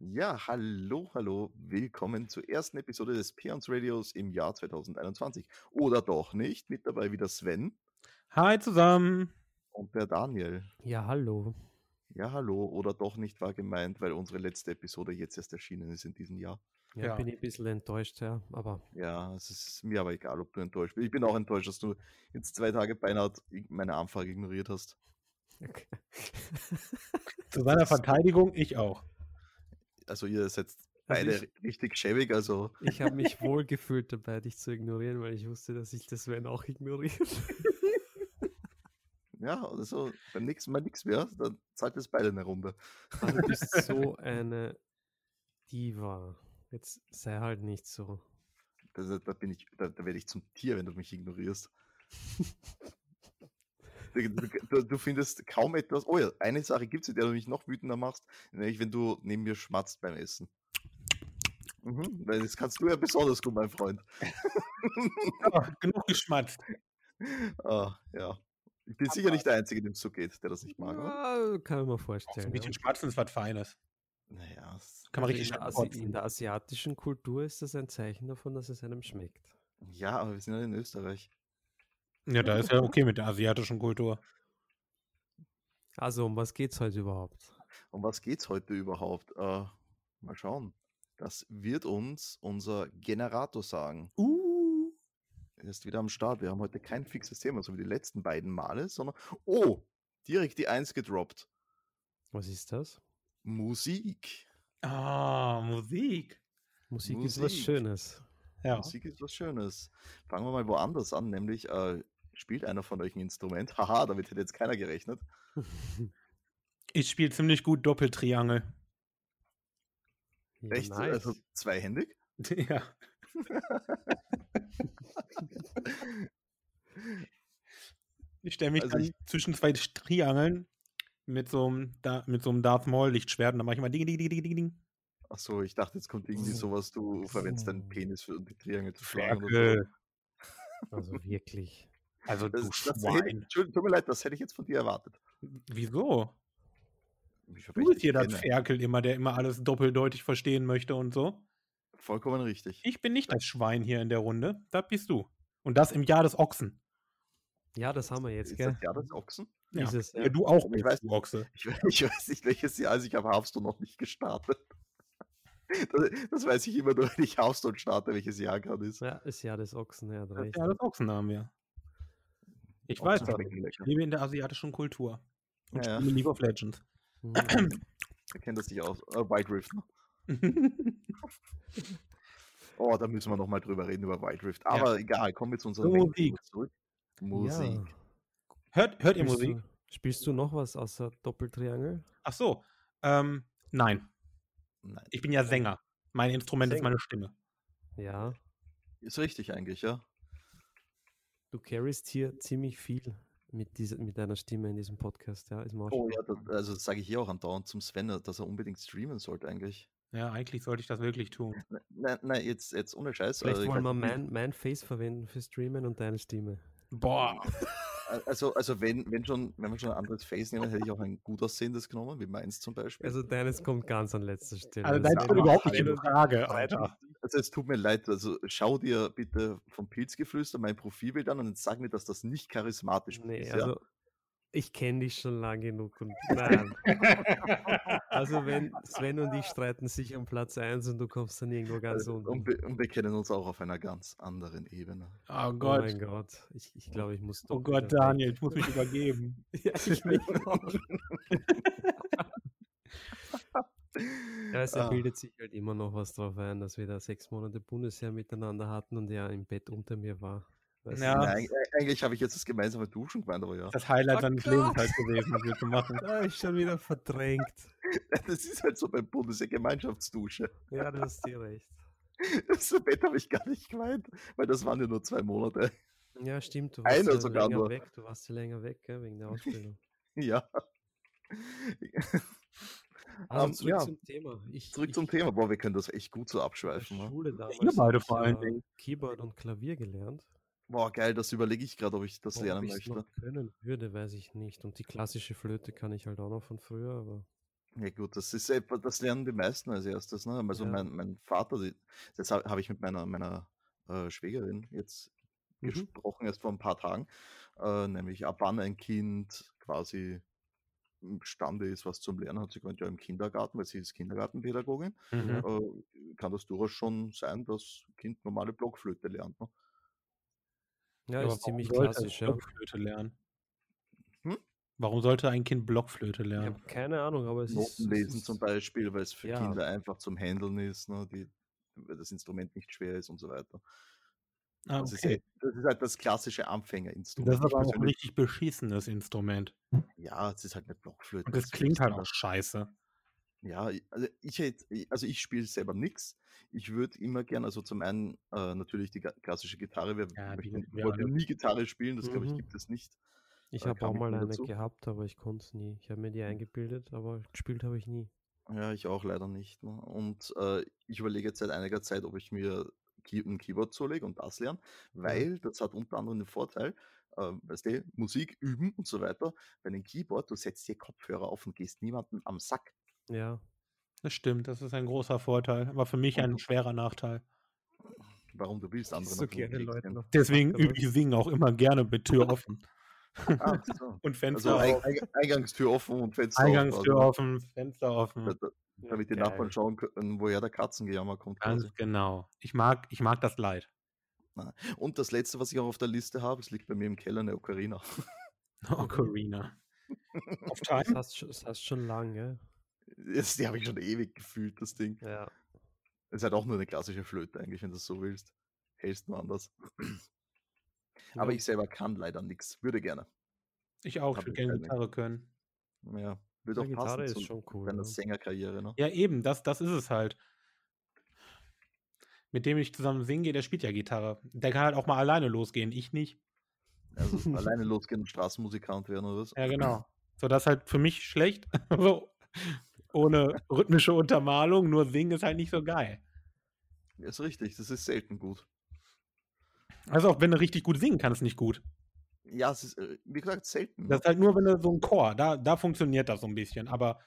Ja, hallo, hallo, willkommen zur ersten Episode des Peons Radios im Jahr 2021. Oder doch nicht? Mit dabei wieder Sven Hi zusammen. und der Daniel. Ja, hallo. Ja, hallo, oder doch nicht war gemeint, weil unsere letzte Episode jetzt erst erschienen ist in diesem Jahr. Ja, Ja. bin ich ein bisschen enttäuscht, ja. Aber Ja, es ist mir aber egal, ob du enttäuscht bist. Ich bin auch enttäuscht, dass du jetzt zwei Tage beinahe ig- meine Anfrage ignoriert hast. okay. Zu seiner Verteidigung, ich auch. Also ihr seid also beide ich, richtig schäbig, also ich habe mich wohl gefühlt dabei, dich zu ignorieren, weil ich wusste, dass ich das Sven auch ignoriert. ja, also beim nächsten Mal nichts mehr, dann zahlt es beide eine Runde. Aber du bist so eine Diva. Jetzt sei halt nicht so. Da, Also, da bin ich, da, da werde ich zum Tier, wenn du mich ignorierst. Du, du, du du findest kaum etwas. Oh ja, eine Sache gibt es, der du mich noch wütender machst, nämlich wenn du neben mir schmatzt beim Essen. Mhm, weil das kannst du ja besonders gut, mein Freund. Aber genug geschmatzt. Ah, ja. Ich bin sicher nicht der Einzige, dem es so geht, der das nicht mag, oder? Ja, kann ich mir Auch so vorstellen. ein bisschen Ja. schmatzen ist was Feines. Naja, es- Kann man Also richtig in, der schön Asi in kotzen. der asiatischen Kultur ist das ein Zeichen davon, dass es einem schmeckt. ja, aber wir sind ja in Österreich. Ja, da ist ja okay mit der asiatischen Kultur. Also, um was geht's heute überhaupt? Um was geht's heute überhaupt? Äh, mal schauen. Das wird uns unser Generator sagen. Uh. Er ist wieder am Start. Wir haben heute kein fixes Thema, so wie die letzten beiden Male, sondern. Oh! Direkt die Eins gedroppt. Was ist das? Musik. Ah, Musik. Musik, ist was Musik. Schönes. Ja. Musik ist was Schönes. Fangen wir mal woanders an, nämlich äh, spielt einer von euch ein Instrument? Haha, damit hätte jetzt keiner gerechnet. Ich spiele ziemlich gut Doppeltriangel. Ja, Echt? Also zweihändig? ja. Ich stelle mich Also dann ich- zwischen zwei Triangeln mit so einem, da, mit so einem Darth Maul Lichtschwert und dann mache ich immer ding, ding, ding, ding, ding, ding. Achso, ich dachte, jetzt kommt irgendwie So. sowas, du verwendest deinen So. Penis für die Triangel zu schlagen. Oder so. Ferkel. also wirklich. Also Das, du das hätte, Schwein. Entschuldigung, tut mir leid, das hätte ich jetzt von dir erwartet. Wieso? Ich hab Du echt bist dich hier das kenne. Ferkel immer, der immer alles doppeldeutig verstehen möchte und so. Vollkommen richtig. Ich bin nicht das Schwein hier in der Runde. Das bist du. Und das im Jahr des Ochsen. Ja, das haben wir jetzt, ist gell? das ja das Ochsen? Ja. Ist es, Ja, ja. du auch Ich bist, weiß- du Ochse. Ich, we- ich weiß nicht, welches Jahr ist. Ich habe Hearthstone noch nicht gestartet. Das, das weiß ich immer nur, wenn ich Hearthstone starte, welches Jahr gerade ist. Ja, ist ja des Ochsen, ja, hat Das recht. Jahr des Ochsen haben wir. Ich Ochsen weiß das. schmecken Ich lecker. lebe in der asiatischen Kultur. Und Ja, ja. spiele League of Legends. Mhm. Da kennt das dich aus. Äh, White Rift. Oh, da müssen wir nochmal drüber reden, über White Rift. Aber egal, kommen wir zu unserem Musik. Hauptthema zurück. Musik. Ja. hört, hört ihr Spielst Musik? du, spielst du noch was außer Doppeltriangel? Ach so. Ähm, nein. Nein. Ich bin ja Sänger. Mein Instrument ist Sänger. meine Stimme. Ja, Ist richtig eigentlich, ja. du carryst hier ziemlich viel mit, dieser, mit deiner Stimme in diesem Podcast, ja, ist mir auch Oh schon- ja, das, also das sage ich hier auch andauernd zum Sven, dass er unbedingt streamen sollte eigentlich. Ja, eigentlich sollte ich das wirklich tun. Nein, nein, nein, jetzt, jetzt ohne Scheiß. Vielleicht also ich wollen wir halt- mein, mein Face verwenden für Streamen und deine Stimme. Boah. Also, also wenn, wenn, schon, wenn wir schon ein anderes Face nehmen, hätte ich auch ein gut aussehendes genommen, wie meins zum Beispiel. Also deines kommt ganz an letzter Stelle. Also das das ist ist aber überhaupt nicht hallo. in Frage, Alter. Also es tut mir leid, also schau dir bitte vom Pilzgeflüster mein Profilbild an und jetzt sag mir, dass das nicht charismatisch Nee, ist. ja? also ich kenne dich schon lang genug und nein. Also wenn Sven und ich streiten sich um Platz 1 und du kommst dann irgendwo ganz Also, unten. und, wir, und wir kennen uns auch auf einer ganz anderen Ebene. Oh Oh Gott. mein Gott, ich, ich glaube, ich muss. Oh doch Gott, wieder weg. Daniel, ich muss mich übergeben. ja, ich mich auch. Ja, es er Ah, bildet sich halt immer noch was drauf ein, dass wir da sechs Monate Bundesheer miteinander hatten und er im Bett unter mir war. Weißt du, Ja. nein, eig- eigentlich habe ich jetzt das gemeinsame Duschen gemeint, aber ja. Das Highlight Oh seines Gott. Lebens halt gewesen, das wir zu machen. Ah, ist schon wieder verdrängt. Das ist halt so beim Bundesheer Gemeinschaftsdusche. Ja, du hast dir recht. So Bett habe ich gar nicht gemeint, weil das waren ja nur zwei Monate. Ja, stimmt, du Einer warst ja sogar länger nur. weg, du warst ja länger weg, gell, wegen der Ausbildung. Ja. Also Ähm, zurück ja. zum Thema. Ich, Zurück ich, zum Thema. Boah, wir können das echt gut so der abschweifen. wa? Schule damals Ihr beide hab ich vor allen ja Dingen. Keyboard und Klavier gelernt. Boah, geil, das überlege ich gerade, ob ich das Ob lernen ich es möchte. noch können würde, weiß ich nicht. Und die klassische Flöte kann ich halt auch noch von früher, aber Ja gut, das ist etwas, das lernen die meisten als erstes. Ne? Also Ja. mein, mein Vater, die- das habe hab ich mit meiner, meiner äh, Schwägerin jetzt Mhm. gesprochen, erst vor ein paar Tagen, äh, nämlich ab wann ein Kind quasi imstande ist, was zum Lernen, hat sie gemeint, ja im Kindergarten, weil sie ist Kindergartenpädagogin, Mhm. äh, kann das durchaus schon sein, dass ein Kind normale Blockflöte lernt. Ne? Ja, aber ist ziemlich warum sollte klassisch, es ja. Blockflöte lernen. Hm? Warum sollte ein Kind Blockflöte Ich lernen? habe keine Ahnung, aber es ist. Noten es lesen ist- zum Beispiel, weil es für Ja. Kinder einfach zum Handeln ist, ne? Die, weil das Instrument nicht schwer ist und so weiter. Ah, Das, ist okay. halt, das ist halt das klassische Das Anfängerinstrument. ist Ich aber auch ein persönlich- richtig beschissenes Instrument. ja, es ist halt eine Blockflöte. Und das was klingt willst du halt da? auch scheiße. Ja, i- also ich hätte, i- also ich spiele selber nichts. Ich würde immer gern, also zum einen äh, natürlich die ga- klassische Gitarre. Wer Ja, die möchte, hätten wir wollte alle. nie Gitarre spielen, das glaube ich Mhm. gibt es nicht. Ich Äh, habe kam auch ich mal nie eine dazu? Hm. gehabt, aber ich konnte es nie. Ich habe mir die eingebildet, aber gespielt habe ich nie. Ja, ich auch leider nicht. Ne? Und äh, ich überlege jetzt seit einiger Zeit, ob ich mir Key ein Keyboard zulege und das lerne, Mhm. weil das hat unter anderem den Vorteil, äh, weißt du, Musik üben und so weiter. Bei einem Keyboard, du setzt dir Kopfhörer auf und gehst niemanden am Sack. Ja, Das stimmt, das ist ein großer Vorteil, aber für mich Und ein du- schwerer Nachteil. Warum du willst, andere ne? so nach links gerne links Leuten gehen. auf die Deswegen Backe, übe ne? ich Singen auch immer gerne mit Tür offen. Ach so. Und Also Fenster Eig auf. Eig Eingangstür offen und Fenster Eingangstür auf. offen, Fenster offen. also da- da- Ja, Damit die geil. Nachbarn schauen können, woher der Katzengejammer kommt. Ganz quasi. genau. Ich mag, ich mag das Leid. Und das letzte, was ich auch auf der Liste habe, es liegt bei mir im Keller eine Ocarina. Ocarina. Oh, Auf Das Time? hast schon, das hast schon lange. Das, die habe ich schon ewig gefühlt, das Ding. Ja. Es ist halt auch nur eine klassische Flöte eigentlich, wenn du es so willst. Hältst nur anders. Aber Ja. ich selber kann leider nichts. Würde gerne. Ich auch, ich Hab würde ich gerne halt nicht. Gitarre können. Ja, würde Ja, auch Gitarre passen ist zu schon cool, deiner ja. Sängerkarriere. Ne? Ja, eben, das, das ist es halt. Mit dem ich zusammen singen gehe, der spielt ja Gitarre. Der kann halt auch mal alleine losgehen, ich nicht. Also alleine losgehen und Straßenmusikant werden oder was? Ja, genau. So, das ist halt für mich schlecht. so, ohne rhythmische Untermalung, nur singen ist halt nicht so geil. Ist richtig, das ist selten gut. Also auch wenn du richtig gut singen kannst, nicht gut. Ja, es ist, äh, wie gesagt, selten. Das ist ne? halt nur, wenn du so ein Chor, da, da funktioniert das so ein bisschen. Aber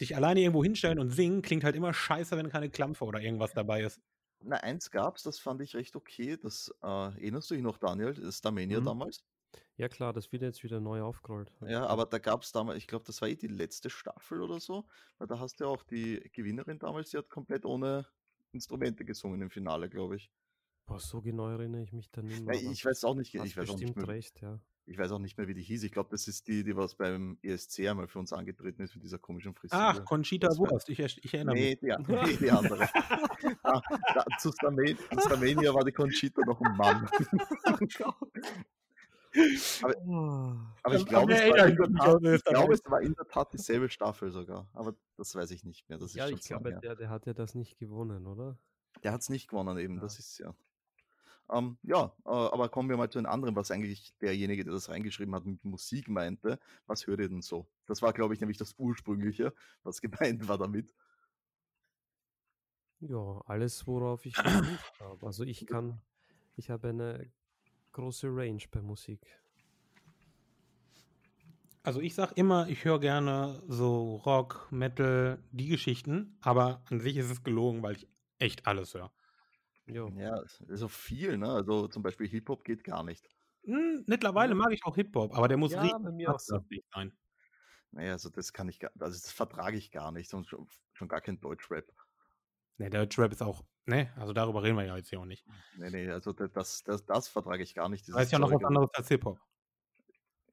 dich alleine irgendwo hinstellen und singen klingt halt immer scheiße, wenn keine Klampfe oder irgendwas dabei ist. Na, eins gab's, das fand ich recht okay. Das äh, erinnerst du dich noch, Daniel? Das Starmania Mhm. damals? Ja klar, das wird jetzt wieder neu aufgerollt. Ja, aber da gab es damals, ich glaube, das war eh die letzte Staffel oder so, weil da hast du ja auch die Gewinnerin damals, die hat komplett ohne Instrumente gesungen im Finale, glaube ich. Boah, so genau erinnere ich mich dann nicht Ja, mehr. aber ich weiß auch nicht, hast ich weiß auch nicht, bestimmt mehr, recht, ja. ich weiß auch nicht mehr, wie die hieß. Ich glaube, das ist die, die was beim ESC einmal für uns angetreten ist mit dieser komischen Frisur. Ach, Conchita Das war- Wurst, ich, erst- ich erinnere nee, mich. die, an- nee, die andere. ah, da, zu Starmania, Starmania war die Conchita noch ein Mann. Oh Aber ich An glaube, der es, eh war erinnere in ich der mich Tat- auch, das ich glaube, Starmania. es war in der Tat dieselbe Staffel sogar. Aber das weiß ich nicht mehr. Das ist ja, schon ich zu lange glaube, her. der, der hat ja das nicht gewonnen, oder? Der hat es nicht gewonnen, eben, Ja. das ist ja. Ähm, ja, äh, aber kommen wir mal zu den anderen, was eigentlich derjenige, der das reingeschrieben hat, mit Musik meinte. Was hört ihr denn so? Das war, glaube ich, nämlich das ursprüngliche, was gemeint war damit. Ja, alles, worauf ich keine Lust habe. Also ich kann, ich habe eine große Range bei Musik. Also ich sag immer, ich höre gerne so Rock, Metal, die Geschichten, aber an sich ist es gelogen, weil ich echt alles höre. Oh. Ja, Ja, so viel, ne? Also zum Beispiel Hip-Hop geht gar nicht. Hm, mittlerweile mag ich auch Hip-Hop, aber der muss ja richtig bei mir auch so. kratzig sein. Naja, also das kann ich gar, also das vertrage ich gar nicht und schon, schon gar kein Deutschrap. Ne, der Trap ist auch, ne, also darüber reden wir ja jetzt hier auch nicht. Nee, nee, also da- das, das, das vertrage ich gar nicht. Das dieses ist ja noch Zeug. Also was anderes als Hip-Hop.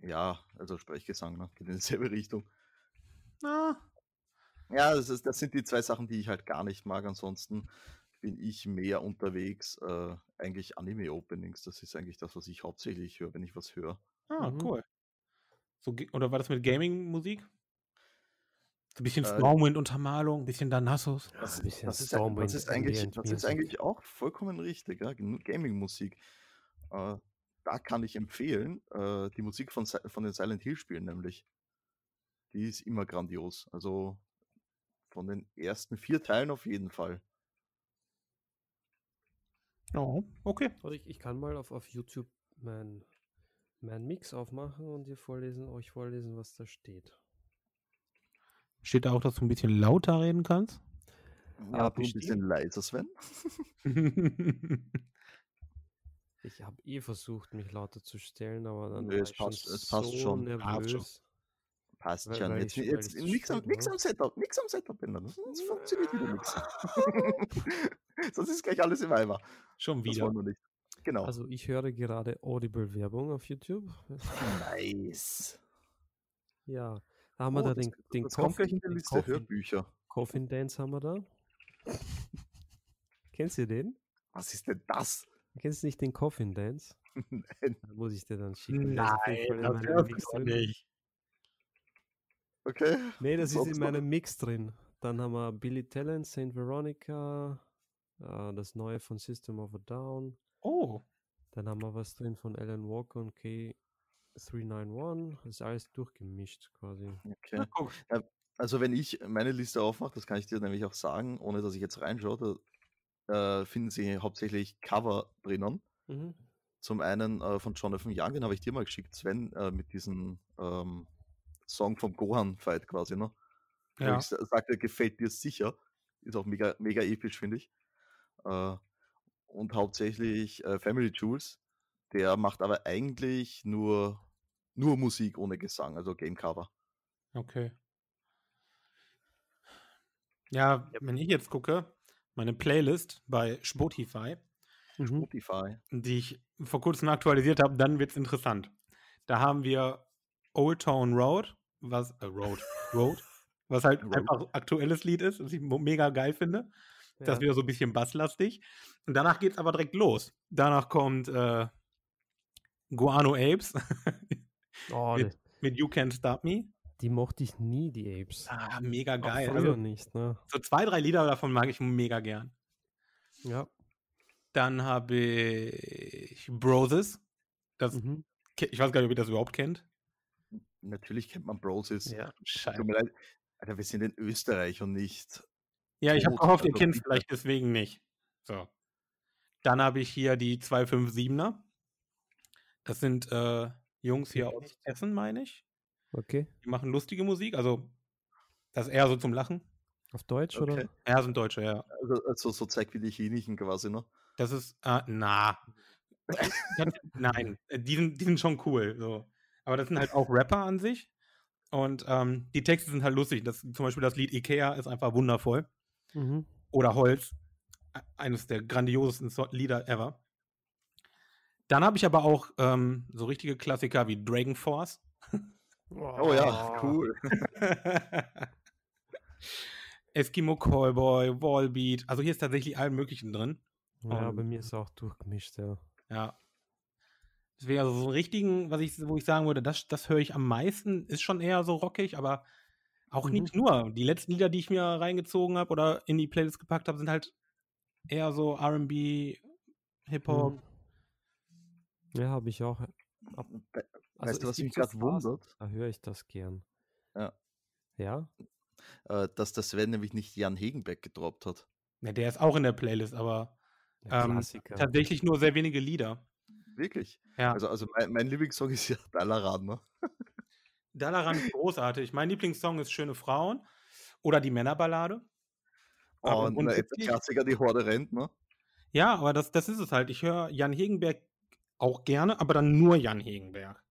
Ja, also Sprechgesang, ne? Geht in dieselbe Richtung. Na, Ja, das, ist, das sind die zwei Sachen, die ich halt gar nicht mag. Ansonsten bin ich mehr unterwegs. Äh, eigentlich Anime-Openings, das ist eigentlich das, was ich hauptsächlich höre, wenn ich was höre. ah, Mhm. cool. So, ge- oder war das mit Gaming-Musik? So ein bisschen Äh, Stormwind-Untermalung, ein bisschen Danassus. Das, Das, das, ist, ein- das, ist, eigentlich, das ist eigentlich auch vollkommen richtig. Ja? Gen- Gaming-Musik. Äh, da kann ich empfehlen, äh, die Musik von, Si- von den Silent Hill-Spielen nämlich. Die ist immer grandios. Also von den ersten vier Teilen auf jeden Fall. Oh, okay. Oder ich, ich kann mal auf, auf YouTube mein, mein Mix aufmachen und dir vorlesen, euch vorlesen, was da steht. Steht da auch, dass du ein bisschen lauter reden kannst? Ja, du ein bisschen leiser, Sven. Ich habe eh versucht, mich lauter zu stellen, aber dann Nö, war es ich schon passt- es passt so schon. Passt schon. nervös. Passt Weil- schon. weil Jetzt, ich- weil jetzt ich nichts am, spät nix war. am Setup, nichts am Setup ändern. Sonst funktioniert wieder nichts. Sonst ist gleich alles im Eimer. Schon Das wieder. wollen wir nicht. Genau. Also ich höre gerade Audible-Werbung auf YouTube. nice. Ja, da haben wir Oh, da das- den, den Das kommt gleich in der den Liste. Coffin, Hörbücher. Coffin Dance haben wir da. Kennst du den? Was ist denn das? Kennst du nicht den Coffin Dance? Nein. Da muss ich dir dann schicken. Nein, das das ist auf jeden Fall in meinem Mix darfst du drin. nicht. Okay. Nee, das ist Sonst in noch? meinem Mix drin. Dann haben wir Billy Talent, Saint Veronica, äh, das neue von System of a Down. Oh, Dann haben wir was drin von Alan Walker und K391. Das ist alles durchgemischt quasi. okay. guck. Also wenn ich meine Liste aufmache, das kann ich dir nämlich auch sagen, ohne dass ich jetzt reinschaue, da äh, finden sie hauptsächlich Cover drinnen. Mhm. Zum einen äh, von Jonathan Young, den habe ich dir mal geschickt, Sven, äh, mit diesem ähm, Song vom Gohan-Fight quasi, ne? Wo ja. Ich sa- sagte, gefällt dir sicher. Ist auch mega, mega episch, finde ich. Äh, und hauptsächlich äh, Family Jules, der macht aber eigentlich nur, nur Musik ohne Gesang, also Game Cover. Okay. Ja, wenn ich jetzt gucke, meine Playlist bei Spotify, Mhm. Spotify. die ich vor kurzem aktualisiert habe, dann wird's interessant. Da haben wir Old Town Road, was äh, Road, Road, was halt Road. einfach aktuelles Lied ist, was ich mo- mega geil finde. Das ist Ja. wieder so ein bisschen basslastig. Und danach geht's aber direkt los. Danach kommt äh, Guano Apes Oh, mit- die, mit You Can't Stop Me. die mochte ich nie, die Apes. Ah, mega Auch geil. Früher Also, nicht, ne? so zwei, drei Lieder davon mag ich mega gern. Ja. Dann habe ich Broses. Das, Mhm. ke- Ich weiß gar nicht, ob ihr das überhaupt kennt. Natürlich kennt man Broses. Ja, Tut scheiße. mir leid. Alter, wir sind in Österreich und nicht. Ja, ich habe tot, gehofft, ihr also kennt bitte. vielleicht deswegen nicht. So. Dann habe ich hier die 257er. Das sind äh, Jungs hier aus Essen, meine ich. Okay. Die machen lustige Musik, also das ist eher so zum Lachen. Auf Deutsch Okay. oder? Ja, sind Deutsche, ja. Also, also so zeigt wie die Chinichen quasi, ne? Das ist, äh, na. Ganz- Nein, äh, die sind, die sind schon cool. So. Aber das sind halt auch Rapper an sich. Und ähm, die Texte sind halt lustig. Das, zum Beispiel das Lied Ikea ist einfach wundervoll. Mhm. Oder Holz. e- Eines der grandiosesten so Lieder ever. Dann habe ich aber auch ähm, so richtige Klassiker wie Dragon Force. Oh ja, cool. Eskimo Callboy, Wallbeat. Also hier ist tatsächlich allen möglichen drin. Ja, Und- bei mir ist auch durchgemischt, ja. Ja. Deswegen, also so einen richtigen, was ich, wo ich sagen würde, das, das höre ich am meisten, ist schon eher so rockig, aber auch Mhm. nicht nur. Die letzten Lieder, die ich mir reingezogen habe oder in die Playlist gepackt habe, sind halt eher so RB, Hip-Hop. Mhm. Ja, habe ich auch. We- Also weißt du, es was gibt mich so gerade Phasen, wundert? Da höre ich das gern. Ja. Ja? Äh, dass der Sven nämlich nicht Jan Hegenbeck gedroppt hat. Ja, der ist auch in der Playlist, aber Mhm. Ja, Ähm, Klassiker. tatsächlich nur sehr wenige Lieder. Wirklich. Ja. Also, also mein, mein Lieblingssong ist ja Dalaran, ne? Dalaran ist großartig. Mein Lieblingssong ist Schöne Frauen oder die Männerballade. Und Aber äh, der grundsätzlich- Klassiker, die Horde rennt, ne? Ja, aber das, das ist es halt. Ich höre Jan Hegenberg auch gerne, aber dann nur Jan Hegenberg.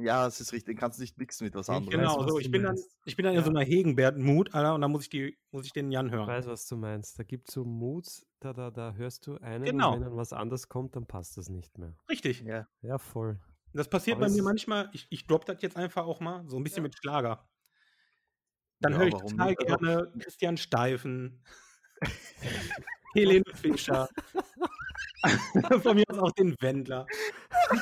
Ja, es ist richtig. Den kannst du nicht mixen mit was Ich anderem. Genau, weiß, was so. du Ich bin, dann, meinst. ich bin dann in so einer Hegenbert-Mut, Alter, und dann muss ich, die, muss ich den Jan Ich hören. weiß, was du meinst. Da gibt es so Moods, da, da, da hörst du einen Genau. und wenn dann was anderes kommt, dann passt das nicht mehr. Richtig. Ja. Ja, voll. Das passiert bei Aber es mir ist- manchmal. Ich, ich droppe das jetzt einfach auch mal, so ein bisschen mit Schlager. Dann Ja, höre ich warum total nicht? Also- gerne Christian Steifen, Helene Fischer, von mir aus auch den Wendler,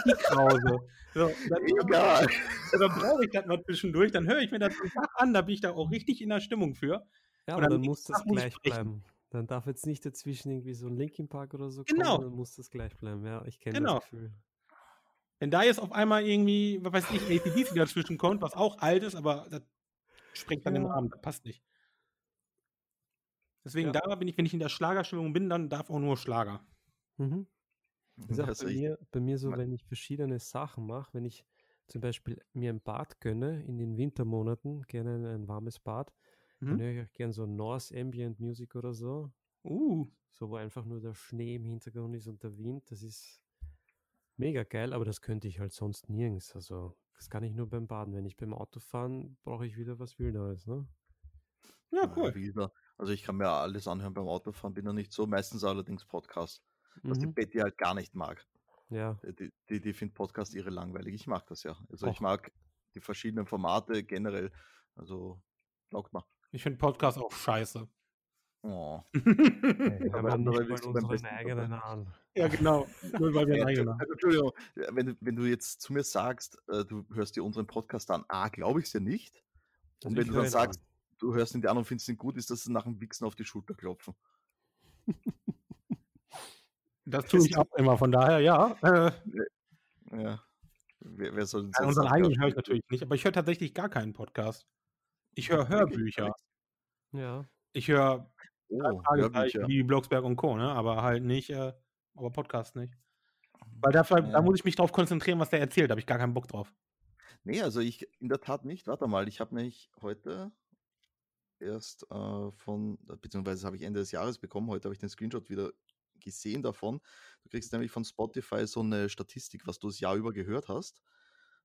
die Krause. So, dann, also Egal. dann brauche ich das mal zwischendurch, dann höre ich mir das am Tag an, da bin ich da auch richtig in der Stimmung für. Ja, Und aber am dann nächsten muss das Tag muss ich gleich sprechen. bleiben. Dann darf jetzt nicht dazwischen irgendwie so ein Linkin Park oder so Genau. kommen, dann muss das gleich bleiben. Ja, ich kenne Genau. das Gefühl. Wenn da jetzt auf einmal irgendwie, was weiß ich, ACDC dazwischen kommt, was auch alt ist, aber das springt dann den Ja. Abend, das passt nicht. Deswegen, Ja. da bin ich, wenn ich in der Schlagerstimmung bin, dann darf auch nur Schlager. Mhm. Ist auch Das bei, ist mir, bei mir so, Also Ma- wenn ich verschiedene Sachen mache, wenn ich zum Beispiel mir ein Bad gönne in den Wintermonaten, gerne ein, ein warmes Bad, Mhm. Dann höre ich auch gern so Norse Ambient Music oder so. Uh, So, wo einfach nur der Schnee im Hintergrund ist und der Wind. Das ist mega geil, aber das könnte ich halt sonst nirgends. Also, das kann ich nur beim Baden. Wenn ich beim Autofahren brauche ich wieder was Wilderes, ne? ja, Ja, cool. wie gesagt, also ich kann mir alles anhören beim Autofahren, bin da nicht so. Meistens allerdings Podcast, was die Mhm. Betty halt gar nicht mag. Äh, Ja, Die, die, die findet Podcast irre langweilig. Ich mag das ja. Also ich Och. mag die verschiedenen Formate generell. Also taugt mal. Ich finde Podcasts auch scheiße. Oh. wir aber haben andere nicht mal willst du beim unseren besten eigenen dabei. an. ja, genau. Nur weil wir Ja, einen eigenen haben. also, Entschuldigung, ja, wenn, du- wenn du jetzt zu mir sagst, äh, du hörst dir unseren Podcast an, ah, A, glaube ich es dir nicht. Also wenn ich du höre dann ihn an. sagst, Du hörst ihn dir an und findest ihn gut, ist das nach dem Wichsen auf die Schulter klopfen. Das tue ich auch immer, von daher, ja. Äh, Ja. Wer, wer soll denn also sonst unseren noch eigenen hören? höre ich natürlich nicht, aber ich höre tatsächlich gar keinen Podcast. Ich höre Wirklich? Hörbücher. Ja, Ich höre Oh, Fragezeichen Hörbücher. wie Blocksberg und Co., ne? aber halt nicht, äh, aber Podcast nicht. Weil dafür, da Mhm. Ja. muss ich mich drauf konzentrieren, was der erzählt, da habe ich gar keinen Bock drauf. Nee, also ich in der Tat nicht. Warte mal, ich habe mich heute erst äh, von, beziehungsweise habe ich Ende des Jahres bekommen, heute habe ich den Screenshot wieder gesehen davon. Du kriegst nämlich von Spotify so eine Statistik, was du das Jahr über gehört hast.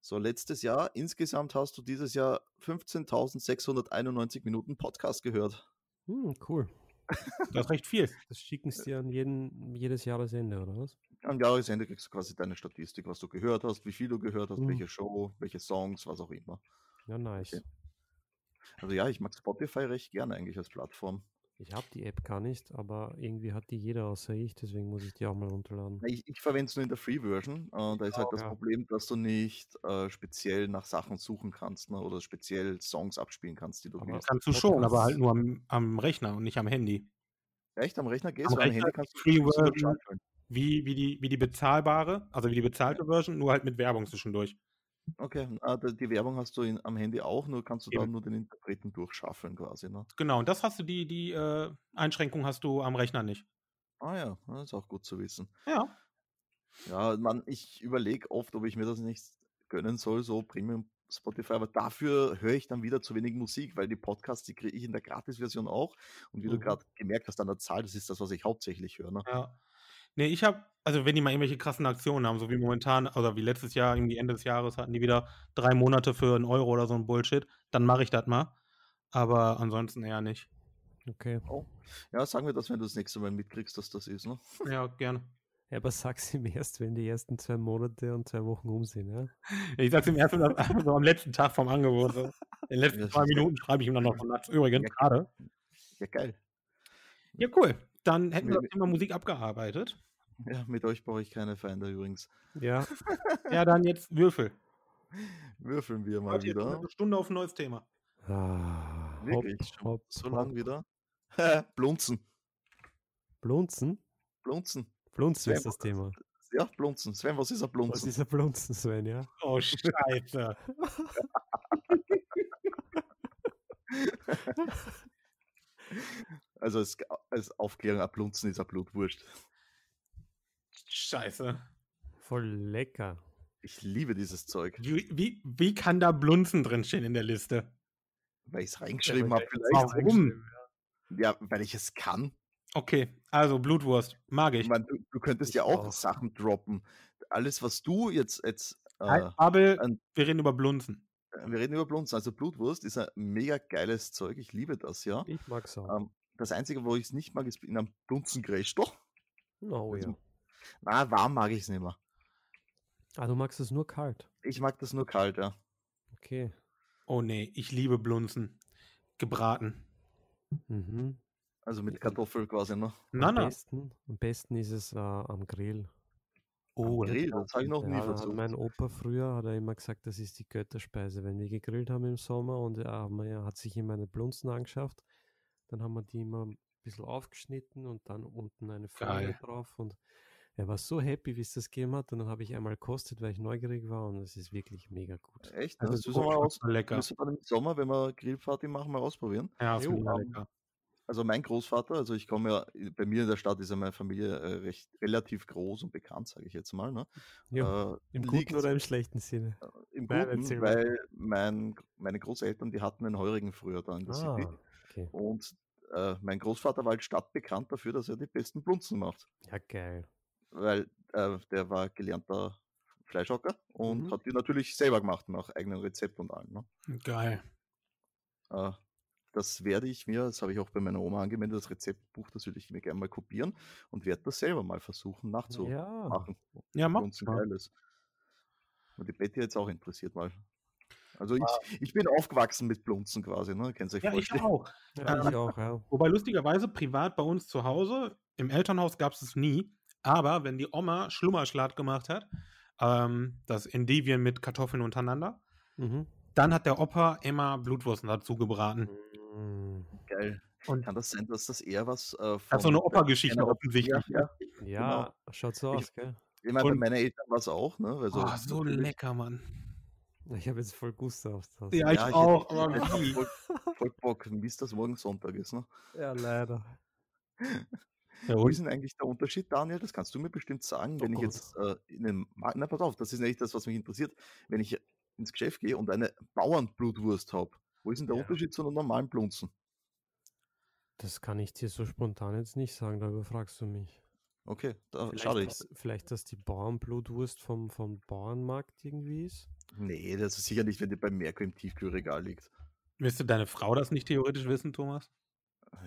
So, letztes Jahr, insgesamt hast du dieses Jahr 15.691 Minuten Podcast gehört. hm, cool. Das ist recht viel. Das schicken Äh. sie dir an jeden, jedes Jahresende, oder was? Am Jahresende kriegst du quasi deine Statistik, was du gehört hast, wie viel du gehört hast, Mhm. welche Show, welche Songs, was auch immer. Ja, nice. Okay. Also ja, ich mag Spotify recht gerne eigentlich als Plattform. Ich habe die App gar nicht, aber irgendwie hat die jeder außer ich, deswegen muss ich die auch mal runterladen. Na, Ich, ich verwende es nur in der Free-Version. Äh, da ist Genau, halt das ja. Problem, dass du nicht äh, speziell nach Sachen suchen kannst ne, oder speziell Songs abspielen kannst, die du Aber willst. Kannst du schon, Podcasts- aber halt nur am, am Rechner und nicht am Handy. Echt, am Rechner gehst Am du, am Rechner Handy kannst du Free-Version. kannst du das schalten. Wie, wie, die, wie die bezahlbare, also wie die bezahlte Version, nur halt mit Werbung zwischendurch. Okay, ah, da- die Werbung hast du in, am Handy auch, nur kannst du da Eben. nur den Interpreten durchschaffeln quasi. Ne? Genau, und das hast du, die, die äh, Einschränkung hast du am Rechner nicht. Ah ja, das ist auch gut zu wissen. Ja. Ja, man, ich überlege oft, ob ich mir das nicht gönnen soll, so Premium Spotify, aber dafür höre ich dann wieder zu wenig Musik, weil die Podcasts, die kriege ich in der Gratis-Version auch. Und wie du Mhm. gerade gemerkt hast an der Zahl, das ist das, was ich hauptsächlich höre. Ne? ja. Nee, ich habe, also wenn die mal irgendwelche krassen Aktionen haben, so wie momentan, oder wie letztes Jahr, irgendwie Ende des Jahres hatten die wieder drei Monate für einen Euro oder so ein Bullshit, dann mache ich das mal. Aber ansonsten eher nicht. Okay. Ja, sagen wir das, wenn du das nächste Mal mitkriegst, dass das ist. Ne? Ja, gerne. Ja, aber sag's ihm erst, wenn die ersten zwei Monate und zwei Wochen um sind, ja? Ich sag's im ersten Mal einfach so am letzten Tag vom Angebot. So. In den letzten Ja, zwei das ist- Minuten schreibe ich ihm dann noch von Nachts. Übrigens, Ja, gerade. Ja, geil. Ja, cool. Dann hätten wir Wir- das Thema Musik abgearbeitet. Ja, mit euch brauche ich keine Feinde übrigens. Ja, Ja, dann jetzt Würfel. Würfeln wir mal Warte, jetzt wieder. eine Stunde auf ein neues Thema. Ah, Wirklich? Hopp, hopp, So hopp. lang wieder. Blunzen. Blunzen? Blunzen. Blunzen ist Sven, das Thema. Ja, Blunzen. Sven, was ist ein Was Blunzen? ist ein Blunzen, Sven, ja? Oh, scheiße. Also als, als Aufklärung, ein Blunzen ist ein Blutwurst. scheiße. Voll lecker. Ich liebe dieses Zeug, Wie, wie, wie kann da Blunzen drinstehen in der Liste? weil ich es reingeschrieben habe vielleicht. Warum? Ja, weil ich es kann. Okay, also Blutwurst. Mag Ich ich. meine, du, du könntest Ich ja auch, auch. Sachen droppen. Alles, was du jetzt, jetzt äh, Abel, an- wir reden über Blunzen. wir reden über Blunzen. Also Blutwurst ist ein mega geiles Zeug. Ich liebe das, ja. Ich mag's auch. Ähm, das Einzige, wo ich es nicht mag, ist in einem Blunzengräsch. Doch. oh also- ja. Na, warm mag ich es nicht mehr. Ah, du magst es nur kalt. Ich mag das nur kalt, ja. Okay. Oh nee, ich liebe Blunzen. Gebraten. Mhm. Also mit Kartoffeln quasi, ne? Na, Am na. besten, am besten ist es äh, am Grill. Oh, Grill, das habe ich noch nie Ja, da hat versucht. mein Opa früher hat er immer gesagt, das ist die Götterspeise. Wenn wir gegrillt haben im Sommer und er, haben wir- er hat sich immer eine Blunzen angeschafft, dann haben wir die immer ein bisschen aufgeschnitten und dann unten eine Folie Geil. drauf. Und er war so happy, wie es das gegeben hat. Und dann habe ich einmal gekostet, weil ich neugierig war und es ist wirklich mega gut. Echt? das Das ist müssen wir mal aus. unfassbar lecker. Müssen wir dann im Sommer, wenn wir Grillparty machen, mal ausprobieren. Ja, das Jo, finde ich ähm, lecker. Also mein Großvater, also ich komme ja, i- bei mir in der Stadt ist ja meine Familie äh, recht relativ groß und bekannt, sage ich jetzt mal. Ne? Ja, äh, Im liegt guten oder im schlechten Sinne. im Nein, Guten, erzähl mal. weil mein, meine Großeltern, die hatten einen Heurigen früher da in der Ah, City. Okay. Und äh, mein Großvater war als Stadt bekannt dafür, dass er die besten Blunzen macht. Ja, geil. Weil äh, der war gelernter Fleischhocker und Mhm. hat die natürlich selber gemacht nach eigenem Rezept und allem. Ne? Geil. Äh, das werde ich mir, das habe ich auch bei meiner Oma angemeldet, das Rezeptbuch, das würde ich mir gerne mal kopieren und werde das selber mal versuchen nachzumachen. ja. Ja, mach Blunzen mal. geil ist. Und die Betty jetzt auch interessiert mal. Also ich, ich bin aufgewachsen mit Blunzen quasi, ne? Kennst du euch Ah. Ja, ich vorstellen? auch. ja, ich auch, ja. Wobei lustigerweise privat bei uns zu Hause, im Elternhaus gab es es nie, aber wenn die Oma Schlummerschlag gemacht hat, ähm, das Endivien mit Kartoffeln untereinander, Mhm. dann hat der Opa immer Blutwursten dazu Hm. gebraten. Mm, Geil. Und- Kann das sein, dass das eher was äh, von... Das ist so eine Opa-Geschichte Genau. offensichtlich. ne? Ja, ja. Ja, schaut so Genau. Ich- aus, gell? Ich meine, bei Und- meinen Eltern war es auch, ne? Weil Oh, so natürlich- lecker, Mann. Ich habe jetzt voll Gust auf das. Ja, ich Ja, ich auch. hätte- aber ich hätte wie? voll, voll Bock, bis das morgen Sonntag ist, ne? Ja, leider. Ja, Wo hm. und- ist denn eigentlich der Unterschied, Daniel? Das kannst du mir bestimmt sagen, Oh wenn ich Gott. jetzt äh, in den Markt. Na, pass auf, das ist nämlich das, was mich interessiert. Wenn ich ins Geschäft gehe und eine Bauernblutwurst habe, wo ist denn der Ja. Unterschied zu einer normalen Blunzen? Das kann ich dir so spontan jetzt nicht sagen, da überfragst du mich. Okay, da Vielleicht, schade ich. dass, vielleicht, dass die Bauernblutwurst vom, vom Bauernmarkt irgendwie ist? Nee, das ist sicher nicht, wenn die bei Merkel im Tiefkühlregal liegt. Müsste deine Frau das nicht theoretisch wissen, Thomas?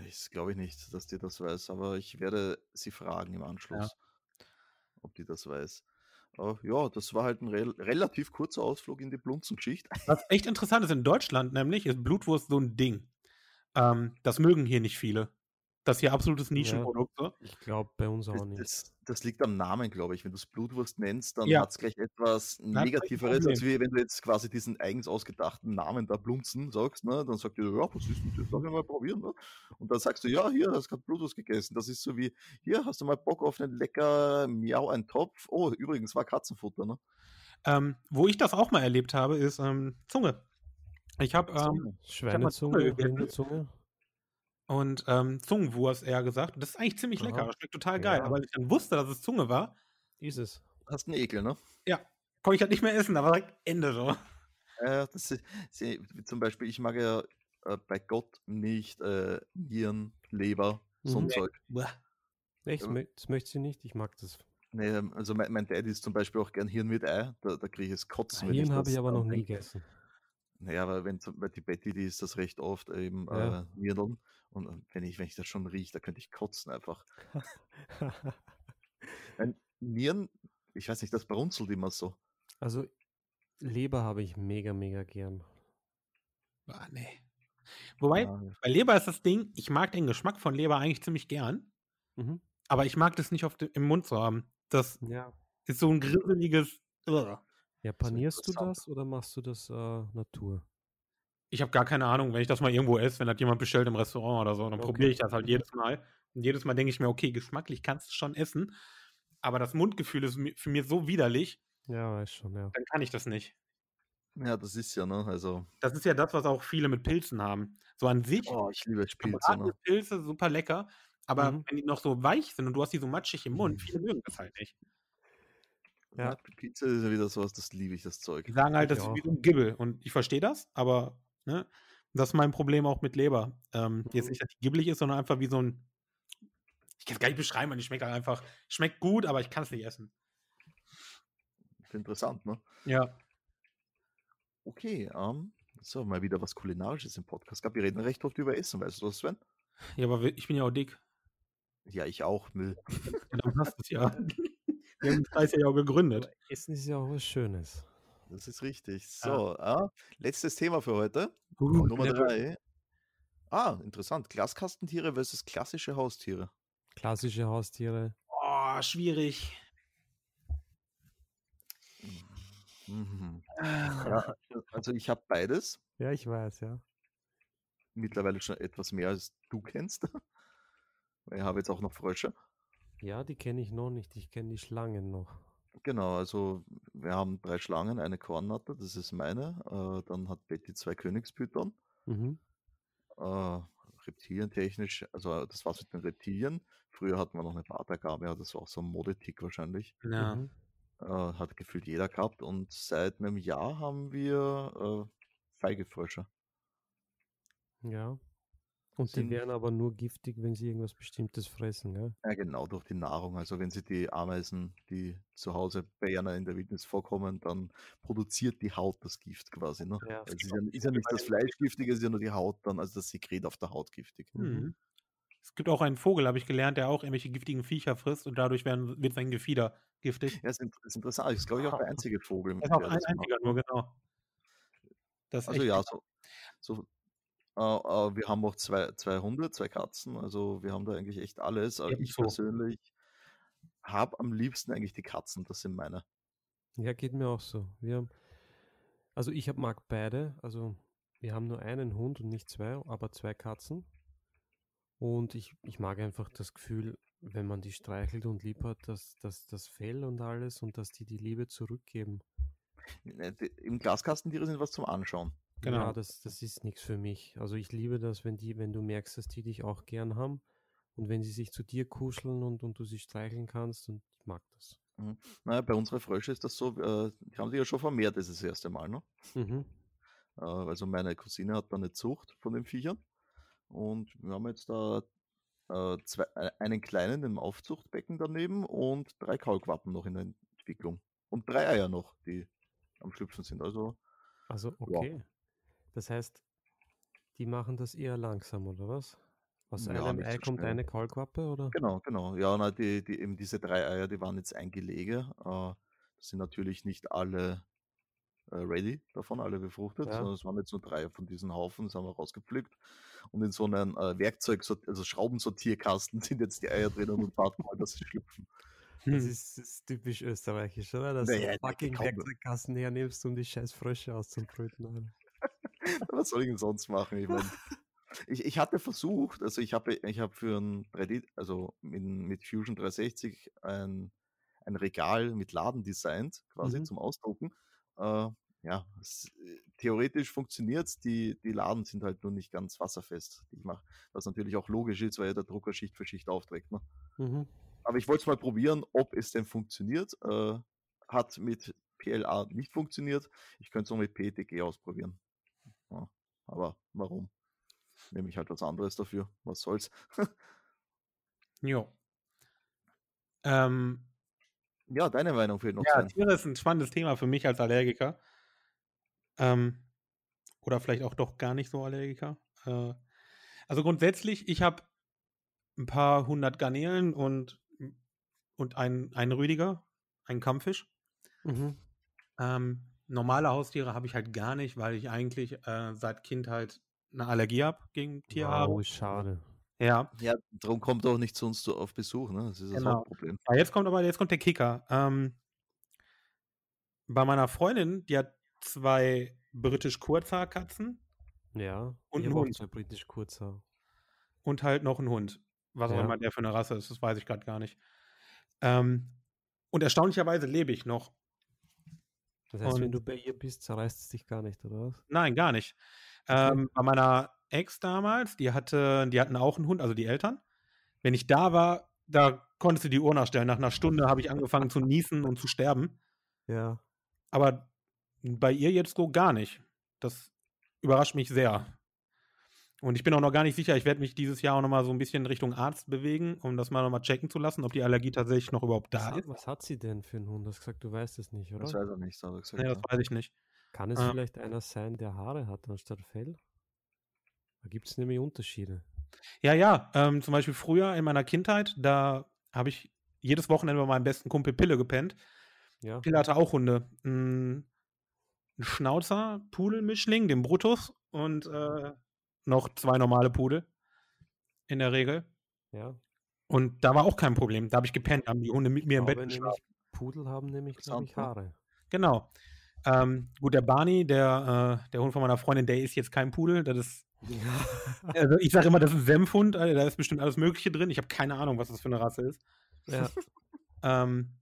Das glaube ich nicht, dass die das weiß, aber ich werde sie fragen im Anschluss, ob die das weiß. Aber ja, das war halt ein rel relativ kurzer Ausflug in die Blunzen-Geschichte. Was echt interessant ist, in Deutschland nämlich ist Blutwurst so ein Ding. Ähm, das mögen hier nicht viele. Das ist hier absolutes Ja. Nischenprodukt. So. Ich glaube, bei uns auch Das, nicht. das, das liegt am Namen, glaube ich. Wenn du es Blutwurst nennst, dann Ja. hat es gleich etwas gleich ein Negativeres, als wie wenn du jetzt quasi diesen eigens ausgedachten Namen da Blunzen sagst. Ne? Dann sagt ihr, ja, was ist denn das? Darf ich mal probieren? Ne? Und dann sagst du, ja, hier, hast gerade Blutwurst gegessen. Das ist so wie, hier, hast du mal Bock auf einen lecker Miau, einen Topf? Oh, übrigens, war Katzenfutter, ne? Ähm, wo ich das auch mal erlebt habe, ist ähm, Zunge. Ich habe ähm, Zunge Schweinezunge, gegessen. Rinderzunge? und ähm, Zungenwurst eher gesagt. Und Das ist eigentlich ziemlich Aha. lecker. Das schmeckt total geil. Ja. Aber als ich dann wusste, dass es Zunge war, Ist es. Hast einen Ekel, ne? konnte ich halt nicht mehr essen. Da war direkt Ende so. Ja, das ist, sie, wie zum Beispiel, ich mag ja äh, bei Gott nicht äh, Nieren, Leber, so ein Mhm. Zeug. Uah. Echt? Ja. mö- Das möchte sie nicht? Ich mag das. Nee, ähm, also mein, mein Dad isst zum Beispiel auch gern Hirn mit Ei, da, da kriege ich es kotzen. Ah, Hirn habe ich das aber noch dran nie denk. gegessen. Naja, aber wenn zum, weil die Betty, die isst das recht oft, eben Ja. äh, Nieren. Und äh, wenn ich, wenn ich das schon rieche, da könnte ich kotzen einfach. Nieren, ich weiß nicht, das brunzelt immer so. also, Leber habe ich mega, mega gern. Ah, nee. Wobei, Ja, bei Leber ist das Ding, ich mag den Geschmack von Leber eigentlich ziemlich gern. Mhm. Aber ich mag das nicht auf de- im Mund zu haben. Das Ja. ist Mhm. so ein grisseliges. Ugh. Ja, panierst du interessant. das oder machst du das äh, Natur? Ich habe gar keine Ahnung, wenn ich das mal irgendwo esse, wenn das jemand bestellt im Restaurant oder so, dann Okay. probiere ich das Mhm. halt jedes Mal. Und jedes Mal denke ich mir, okay, geschmacklich kannst du schon essen, aber das Mundgefühl ist mi- für mich so widerlich, Ja, weiß schon, ja. dann kann ich das nicht. ja, das ist ja, ne? Also, Das ist ja das, was auch viele mit Pilzen haben. So an sich, oh, ich liebe Pilze, gebratene ne? Pilze, super lecker, aber Mhm. wenn die noch so weich sind und du hast die so matschig im Mhm. Mund, viele mögen das halt nicht. Ja. Mhm. Na, Pilze ist ja wieder sowas, das liebe ich, das Zeug. Die sagen halt, Ich das ist auch. wie so ein Gibbel und ich verstehe das, aber ne, das ist mein Problem auch mit Leber. Ähm, Jetzt Mhm. nicht, dass die gibbelig ist, sondern einfach wie so ein. Ich kann es gar nicht beschreiben, man, die schmeckt halt einfach. Schmeckt gut, aber ich kann es nicht essen. Interessant, ne? Ja. Okay, ähm, so mal wieder was Kulinarisches im Podcast gab. Wir reden recht oft über Essen, weißt du das, Sven? Ja, aber wir- ich bin ja auch dick. Ja, ich auch, Müll. Ja, Dann passt es ja. Wir haben den Preis ja auch gegründet. Essen ist ja auch was Schönes. Das ist richtig. Ja. So, ah, letztes Thema für heute. Uh, Nummer ne, drei. Ah, interessant. Glaskastentiere versus klassische Haustiere. Klassische Haustiere. Oh, schwierig. Mhm. Ah, Ja, also ich habe beides. Ja, ich weiß, ja. Mittlerweile schon etwas mehr als du kennst. Ich habe jetzt auch noch Frösche. Ja, die kenne ich noch nicht. Ich kenne die Schlangen noch. Genau, also wir haben drei Schlangen, eine Kornnatter, das ist meine. Äh, dann hat Betty zwei Königspython. Mhm. äh, reptilientechnisch, also das war's mit den Reptilien. Früher hatten wir noch eine Bartagabe, ja, das war auch so ein Modetick wahrscheinlich. Ja. Mhm. Äh, hat gefühlt jeder gehabt und seit einem Jahr haben wir äh, Feigefrösche. Ja. Und die Sind- wären aber nur giftig, wenn sie irgendwas Bestimmtes fressen, gell? Ja, genau, durch die Nahrung. Also wenn sie die Ameisen, die zu Hause bei einer in der Wildnis vorkommen, dann produziert die Haut das Gift quasi. Ne? Ja. Es ist ja, ist ja nicht das Fleisch giftig, es ist ja nur die Haut dann, also das Sekret auf der Haut giftig. Mhm. Es gibt auch einen Vogel, habe ich gelernt, der auch irgendwelche giftigen Viecher frisst und dadurch werden, wird sein Gefieder giftig. Ja, ist, int- ist interessant. Ist, glaube ich, auch der einzige Vogel. Das ist auch der ein das macht. einziger nur, genau. Das ist Also echt ja, krass. so, so äh, äh, wir haben auch zwei, zwei Hunde, zwei Katzen, also wir haben da eigentlich echt alles. Aber ich Ebenso. persönlich habe am liebsten eigentlich die Katzen, das sind meine. Ja, geht mir auch so. Wir haben, also ich hab, mag beide. Also wir haben nur einen Hund und nicht zwei, aber zwei Katzen. Und ich, ich mag einfach das Gefühl, wenn man die streichelt und lieb hat, dass, dass das Fell und alles und dass die die Liebe zurückgeben. Ne, die- Im Glaskasten Tiere sind was zum Anschauen. Genau. Ja, das, das ist nichts für mich. Also ich liebe das, wenn die, wenn du merkst, dass die dich auch gern haben und wenn sie sich zu dir kuscheln und, und du sie streicheln kannst und ich mag das. Naja, bei unseren Frösche ist das so, äh, die haben sich ja schon vermehrt, das ist das erste Mal. Ne? Mhm. Äh, also meine Cousine hat da eine Zucht von den Viechern und wir haben jetzt da äh, zwei, äh, einen kleinen im Aufzuchtbecken daneben und drei Kaulquappen noch in der Entwicklung. Und drei Eier noch, die am Schlüpfen sind. Also Also okay. Das heißt, die machen das eher langsam, oder was? Aus Ja, einem nicht Ei so kommt schnell. eine Kaulquappe, oder? Genau, genau. Ja, na, die, die, eben diese drei Eier, die waren jetzt ein Gelege. Äh, das sind natürlich nicht alle äh, ready davon, alle befruchtet, Ja. sondern es waren jetzt nur drei von diesen Haufen, das haben wir rausgepflückt. Und in so einem äh, Werkzeug, also Schraubensortierkasten sind jetzt die Eier drin und warten mal, dass sie schlüpfen. Das Hm. ist, ist typisch österreichisch, oder? Dass Naja, die du fucking Kaube. Werkzeugkasten hernimmst, um die scheiß Frösche auszubrüten. Alter. Was soll ich denn sonst machen? Ich, mein, ich, ich hatte versucht, also ich habe ich hab für ein 3D, also mit, mit Fusion 360 ein, ein Regal mit Laden designt, quasi Mhm. zum Ausdrucken. Äh, ja, es, äh, theoretisch funktioniert es, die, die Laden sind halt nur nicht ganz wasserfest, die ich mache. Was natürlich auch logisch ist, weil ja der Drucker Schicht für Schicht aufträgt. Ne? Mhm. Aber ich wollte es mal probieren, ob es denn funktioniert. Äh, hat mit PLA nicht funktioniert. Ich könnte es auch mit PETG ausprobieren. Ja, aber warum? Nehme ich halt was anderes dafür. Was soll's? Jo. Ähm, Ja, deine Meinung fehlt noch. ja, sein. Tiere ist ein spannendes Thema für mich als Allergiker. Ähm, oder vielleicht auch doch gar nicht so Allergiker. Äh, also grundsätzlich, ich habe ein paar hundert Garnelen und, und einen, einen Rüdiger, einen Kampffisch. Mhm. Ähm, normale Haustiere habe ich halt gar nicht, weil ich eigentlich äh, seit Kindheit eine Allergie habe gegen Tierhaare. Wow, ist schade. Ja. ja, darum kommt auch nicht zu uns zu, auf Besuch. Ne? Das ist das Genau. Hauptproblem. Ah, jetzt kommt aber, jetzt kommt der Kicker. Ähm, bei meiner Freundin, die hat zwei britisch Kurzhaarkatzen Ja, Und ich hab nun? auch zwei britisch Kurzhaar. und halt noch einen Hund. Was auch Ja. immer der für eine Rasse ist, das weiß ich gerade gar nicht. Ähm, und erstaunlicherweise lebe ich noch. Das heißt, wenn Und- du bei ihr bist, zerreißt es dich gar nicht, oder was? Nein, gar nicht. Okay. Ähm, bei meiner Ex damals, die hatte, die hatten auch einen Hund, also die Eltern. Wenn ich da war, da konntest du die Uhr nachstellen. Nach einer Stunde habe ich angefangen zu niesen und zu sterben. Ja. Aber bei ihr jetzt so gar nicht. Das überrascht mich sehr. Und ich bin auch noch gar nicht sicher, ich werde mich dieses Jahr auch noch mal so ein bisschen Richtung Arzt bewegen, um das mal noch mal checken zu lassen, ob die Allergie tatsächlich noch überhaupt Was, da hat, ist. was hat sie denn für einen Hund? Du hast gesagt, du weißt es nicht, Das oder? weiß er nicht. so hat er gesagt, Nee, das ja. weiß ich nicht. Kann es Ah. vielleicht einer sein, der Haare hat anstatt Fell? Da gibt es nämlich Unterschiede. Ja, ja, ähm, zum Beispiel früher in meiner Kindheit, da habe ich jedes Wochenende bei meinem besten Kumpel Pille gepennt. Ja. Pille hatte auch Hunde. Ein ein Schnauzer, Pudelmischling, den Brutus und äh, noch zwei normale Pudel in der Regel. ja. Und da war auch kein Problem. Da habe ich gepennt, haben die Hunde mit mir im Bett Aber geschlafen. nämlich Pudel haben nämlich, glaube ich, Interessant, Haare. Genau. Ähm, gut, der Barney, der, äh, der Hund von meiner Freundin, der ist jetzt kein Pudel. Das ist, also ich sage immer, das ist ein Senfhund. Alter, da ist bestimmt alles Mögliche drin. Ich habe keine Ahnung, was das für eine Rasse ist. Ja. Ähm,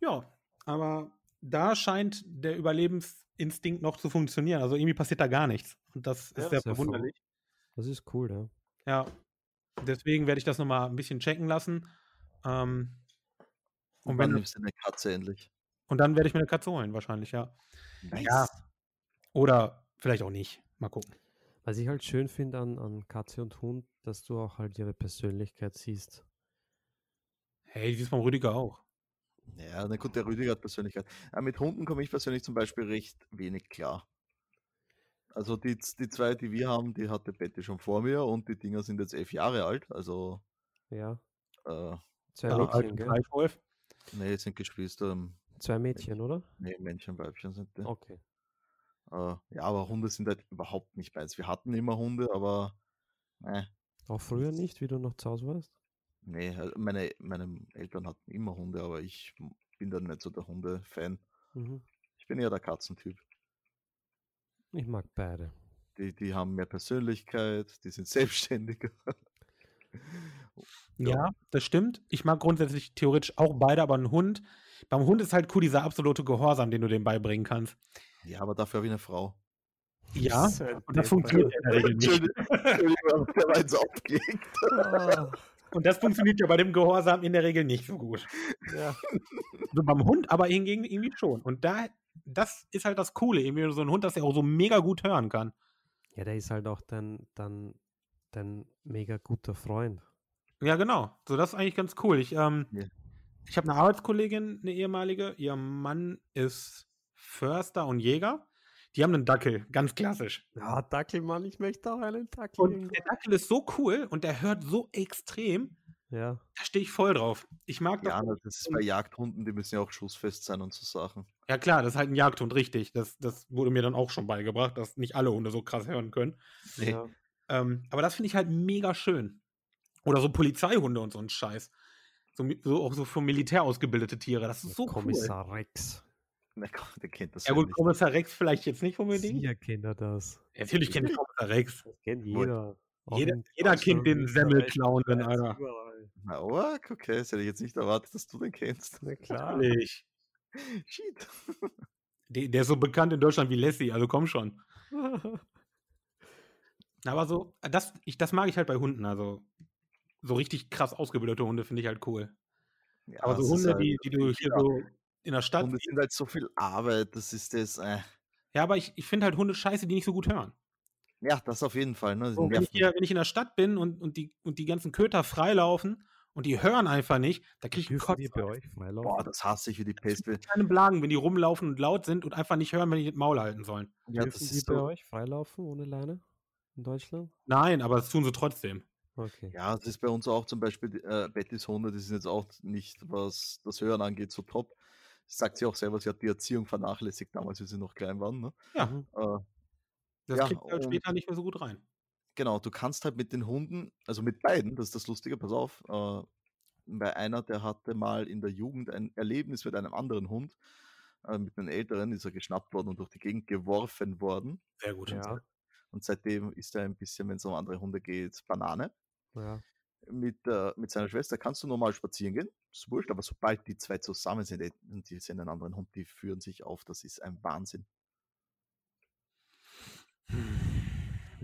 ja, aber da scheint der Überlebensinstinkt noch zu funktionieren. Also irgendwie passiert da gar nichts. Und das ist Ja, sehr sehr verrückt. verwunderlich. Das ist cool, ja. Ja. Deswegen werde ich das nochmal ein bisschen checken lassen. Ähm, Und und, dann wenn, nimmst du eine Katze endlich. und dann werde ich mir eine Katze holen, wahrscheinlich, ja. Nice. Ja. Oder vielleicht auch nicht. Mal gucken. Was ich halt schön finde an, an Katze und Hund, dass du auch halt ihre Persönlichkeit siehst. Hey, siehst beim Rüdiger auch. Ja, na gut, der Rüdiger hat Persönlichkeit. Aber mit Hunden komme ich persönlich zum Beispiel recht wenig klar. Also die, die zwei, die wir haben, die hatte Betty schon vor mir und die Dinger sind jetzt elf Jahre alt. Also Ja. äh, Zwei Ja, Mädchen, alten gell? Fleischwolf. nee, jetzt sind Geschwister, Zwei Mädchen, oder? nee, Männchen, Weibchen sind die. Okay. Äh, ja, aber Hunde sind halt überhaupt nicht meins. Wir hatten immer Hunde, aber nee, Auch früher nicht, wie du noch zu Hause warst? nee also meine, meine Eltern hatten immer Hunde, aber ich bin dann nicht so der Hunde-Fan. Mhm. Ich bin eher der Katzentyp. Ich mag beide. Die, die haben mehr Persönlichkeit, die sind selbstständiger. Ja. das stimmt. Ich mag grundsätzlich theoretisch auch beide, aber einen Hund. Beim Hund ist halt cool dieser absolute Gehorsam, den du dem beibringen kannst. Ja, aber dafür habe ich eine Frau. Ja, halt So ein und das Depper. funktioniert in der Regel nicht. Entschuldigung, Entschuldigung, der war jetzt aufgelegt. Ah, Und das funktioniert ja bei dem Gehorsam in der Regel nicht so gut. ja. So beim Hund aber hingegen irgendwie schon. Und da, das ist halt das Coole, irgendwie so ein Hund, dass er auch so mega gut hören kann. ja, der ist halt auch dein, dein, dein mega guter Freund. Ja, genau. So, das ist eigentlich ganz cool. Ich, ähm, Ja. ich habe eine Arbeitskollegin, eine ehemalige. Ihr Mann ist Förster und Jäger. Die haben einen Dackel, ganz klassisch. Ah, Dackelmann, ich möchte auch einen Dackel. Und der Dackel ist so cool und der hört so extrem. Ja, Da stehe ich voll drauf. Ich mag das. Ja, na, das ist bei Jagdhunden, die müssen ja auch schussfest sein und so Sachen. Ja, klar, das ist halt ein Jagdhund, richtig. Das, das wurde mir dann auch schon beigebracht, dass nicht alle Hunde so krass hören können. Nee. ja. Ähm, aber das finde ich halt mega schön. Oder so Polizeihunde und so ein Scheiß. So, mi- so auch so für Militär ausgebildete Tiere. Das ist so cool. Kommissar Rex. Na Gott, der kennt das Ja ja, gut, nicht. Kommissar Rex vielleicht jetzt nicht unbedingt. Sicher kennt er das. Natürlich kenne ich Kommissar Rex. Das kennt Wohl. jeder. Auch Jeder, in jeder Deutschland, kennt den Österreich, Semmelklauenden, Schweiz, Alter. überall. Na, oh, okay, das hätte ich jetzt nicht erwartet, dass du den kennst. Na klar. Natürlich. Shit. Der, der ist so bekannt in Deutschland wie Lassie, also komm schon. Aber so, das, ich, das mag ich halt bei Hunden, also so richtig krass ausgebildete Hunde finde ich halt cool. Ja, Aber es so ist Hunde, halt- die, die du hier ja. so in der Stadt. Hunde sind halt so viel Arbeit, das ist das. Äh. Ja, aber ich, ich finde halt Hunde scheiße, die nicht so gut hören. Ja, das auf jeden Fall. Ne? Die Und wenn, nerven. ich hier, wenn ich in der Stadt bin und, und, die, und die ganzen Köter freilaufen und die hören einfach nicht, da kriege ich einen Dürfen die Kotz. bei euch freilaufen? Boah, das hasse ich wie die Pest. Ja, kleine Blagen, wenn die rumlaufen und laut sind und einfach nicht hören, wenn die das Maul halten sollen. das Dürfen die ist bei so, euch freilaufen ohne Leine in Deutschland? Nein, aber das tun sie trotzdem. Okay. ja, das ist bei uns auch zum Beispiel die, äh, Bettys Hunde, die sind jetzt auch nicht, was das Hören angeht, so top. Das sagt sie auch selber, sie hat die Erziehung vernachlässigt damals, als sie noch klein waren. Ne? Ja. Mhm. Äh, Das Ja, kriegt halt und- später nicht mehr so gut rein. genau, du kannst halt mit den Hunden, also mit beiden, das ist das Lustige, pass auf, äh, weil einer, der hatte mal in der Jugend ein Erlebnis mit einem anderen Hund, äh, mit einem älteren, ist er geschnappt worden und durch die Gegend geworfen worden. Sehr gut. Ja, Und seitdem ist er ein bisschen, wenn es um andere Hunde geht, Banane. ja. Mit, äh, mit seiner Schwester kannst du normal spazieren gehen, ist wurscht, aber sobald die zwei zusammen sind, ey, und die sehen einen anderen Hund, die führen sich auf, das ist ein Wahnsinn. Hm.